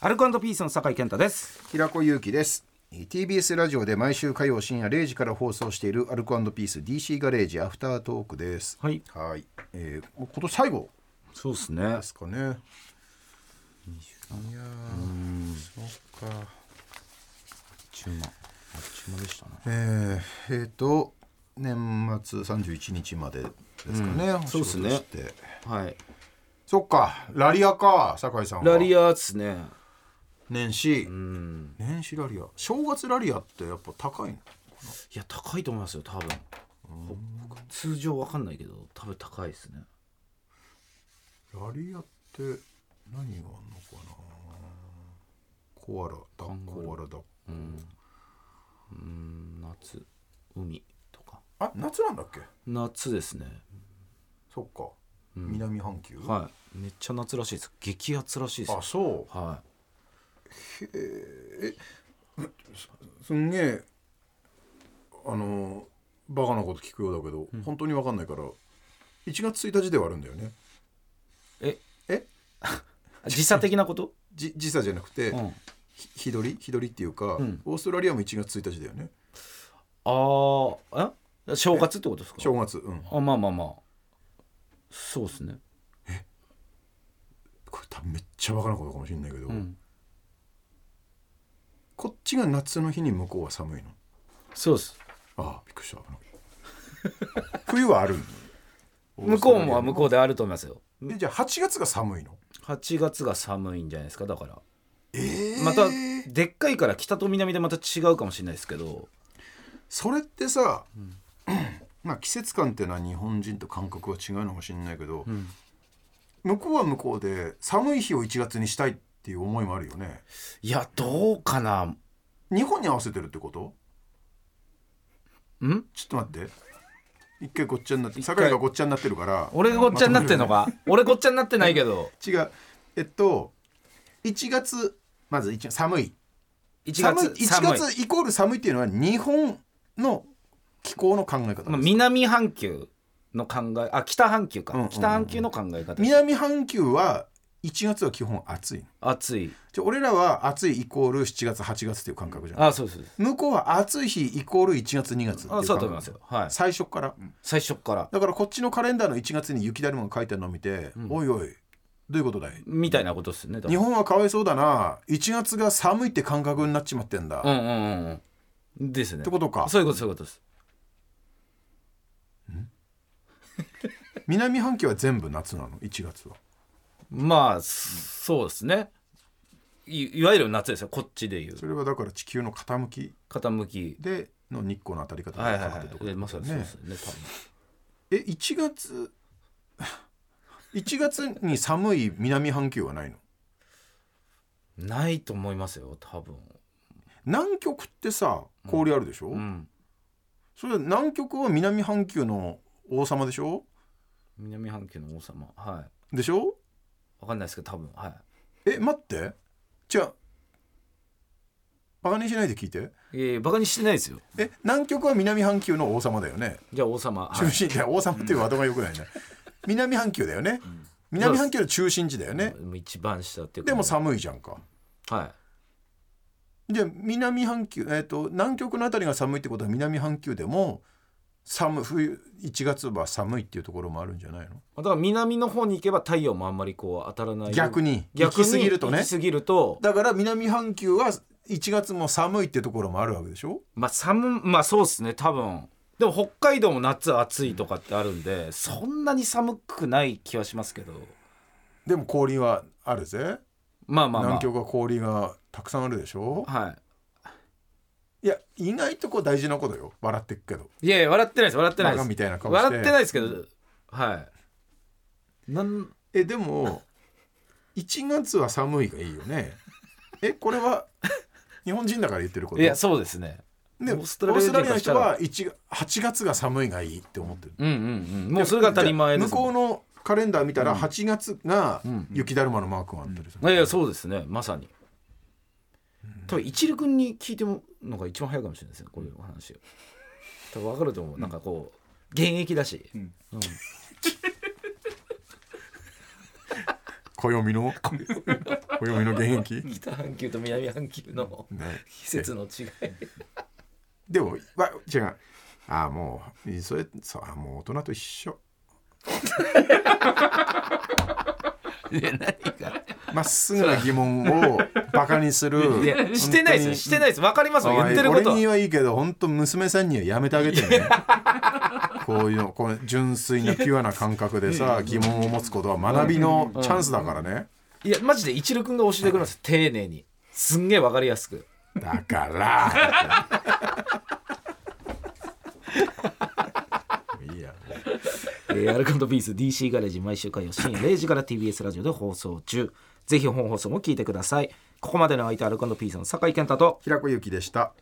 アルコピースの酒井健太です平子祐希です TBS ラジオで毎週火曜深夜0時から放送しているアルコピース DC ガレージアフタートークですはいはい、えー、もう今年最後そうですねですかねいやーそっか中間あっちまでしたねえー、えーと年末31日までですかね、お仕そうっすね事してはいそっかラリアか酒井さんはラリアーツね年始年始ラリア正月ラリアってやっぱ高いのいや高いと思いますよ多分僕通常わかんないけど多分高いですねラリアって何があんのかなコアラだンガルーコアラだうん夏海とかあ夏なんだっけ夏ですねそっか、南半球、はいめっちゃ夏らしいです激アツらしいですあそはうすんげえあのバカなこと聞くようだけど、本当に分かんないから1月1日ではあるんだよねいええ 時差的なことじ時差じゃなくて、うんひ日取り日取りっていうか、んオーストラリアも1月1日だよねああえ正月ってことですか正月うんあまあまあまあそうですねこれ多分めっちゃバカなことかもしれないけど、んこっちが夏の日に向こうは寒いのそうですああびっくりした 危ない冬はある 向こうもは向こうであると思いますよえじゃあ8月が寒いの8月が寒いんじゃないですかだからええまたでっかいから北と南でまた違うかもしれないですけどそれってさ、まあ季節感っていうのは日本人と感覚は違うのかもしれないけど、向こうは向こうで寒い日を1月にしたいっていう思いもあるよねいやどうかな日本に合わせてるってことんちょっと待って一回ごっちゃになって一回酒井がごっちゃになってるから俺がごっちゃになってんのか俺ごっちゃになってないけど違うえっと1月まず一月寒い1寒い月寒い1月イコール寒いっていうのは日本の気候の考え方まあです、南半球の考えあ北半球か、うんうんうん北半球の考え方南半球は1月は基本暑い暑いじゃあ俺らは暑いイコール7月8月っていう感覚じゃんあそうそうそう向こうは暑い日イコール1月2月っていう感あ覚そうだと思いますよはい最初から、最初からだからこっちのカレンダーの1月に雪だるまが書いてあるのを見て、おいおいどういうことだいみたいなことですよねだか日ら本はかわいそうだな1月が寒いって感覚になっちまってんだ、っうんうんうんうんですねてことかそういうことそういうことです南半球は全部夏なの1月はまあすそうですねいいわゆる夏ですよこっちでいうそれはだから地球の傾き傾きでの日光の当たり方はいがはい変わはるってこい、とえまさにそうですよねえ1月 1月に寒い南半球はないの多分ないと思いますよ多分南極ってさ氷あるでしょ、うんそれ南極は南半球の王様でしょ南半球の王様はいでしょわかんないですけど多分はいえ待ってじゃあバカにしないで聞いてええバカにしてないですよえ南極は南半球の王様だよねじゃあ王様はい中心地、王様っていうワードがよ くないね南半球だよね南半球の中心地だよねもう一番下っていうかでも寒いじゃんかはじゃあ南半球、えー、と南極のあたりが寒いってことは南半球でも寒い冬1月は寒いっていうところもあるんじゃないのいだから南の方に行けば太陽もあんまりこう当たらない逆に逆に行き過ぎるとね行き過ぎるとだから南半球は1月も寒いってところもあるわけでしょまあ寒まあそうですね多分でも北海道も夏暑いとかってあるんでそんなに寒くない気はしますけどでも氷はあるぜまあまあまあ南極は氷がたくさんあるでしょはいや意外とこう大事なことよ笑ってっけどいいやいや笑ってないです笑ってないでバカすみたいな顔して笑ってないですけどはいなんえでも1月は寒いがいいよねえこれは日本人だから言ってることいやそうですねでオオーースストトララリア人リアのからした人らは1 8月が寒いがいいって思ってるうんうんうんもうそれが当たり前です向こうののカレンダー見たら8月が雪だるまのマークがあったりする、いやいやそうですねまさに多分一流君に聞いてものが一番早いかもしれないですねこういうお話を多分分かると思うなんかこう現役だし暦の暦の現 役北半球と南半球のね季節の違いでもわ違うああもうそれそうああもう大人と一 緒何がまっすぐな疑問をバカにするいやしてないですよしてないです分かりますよ言ってるこ俺とにはいいけど本当娘さんにはやめてあげてねこういうのこう純粋なピュアな感覚でさ疑問を持つことは学びのチャンスだからねいやマジで一郎君が教えてくれますよ丁寧にすんげえ分かりやすく だからいいやえー、ア ルカンドピース DC ガレージ毎週火曜深夜0時から TBS ラジオで放送中ぜひ本放送も聞いてくださいここまでの相手アルカンドピースの酒井健太と平子ゆきでした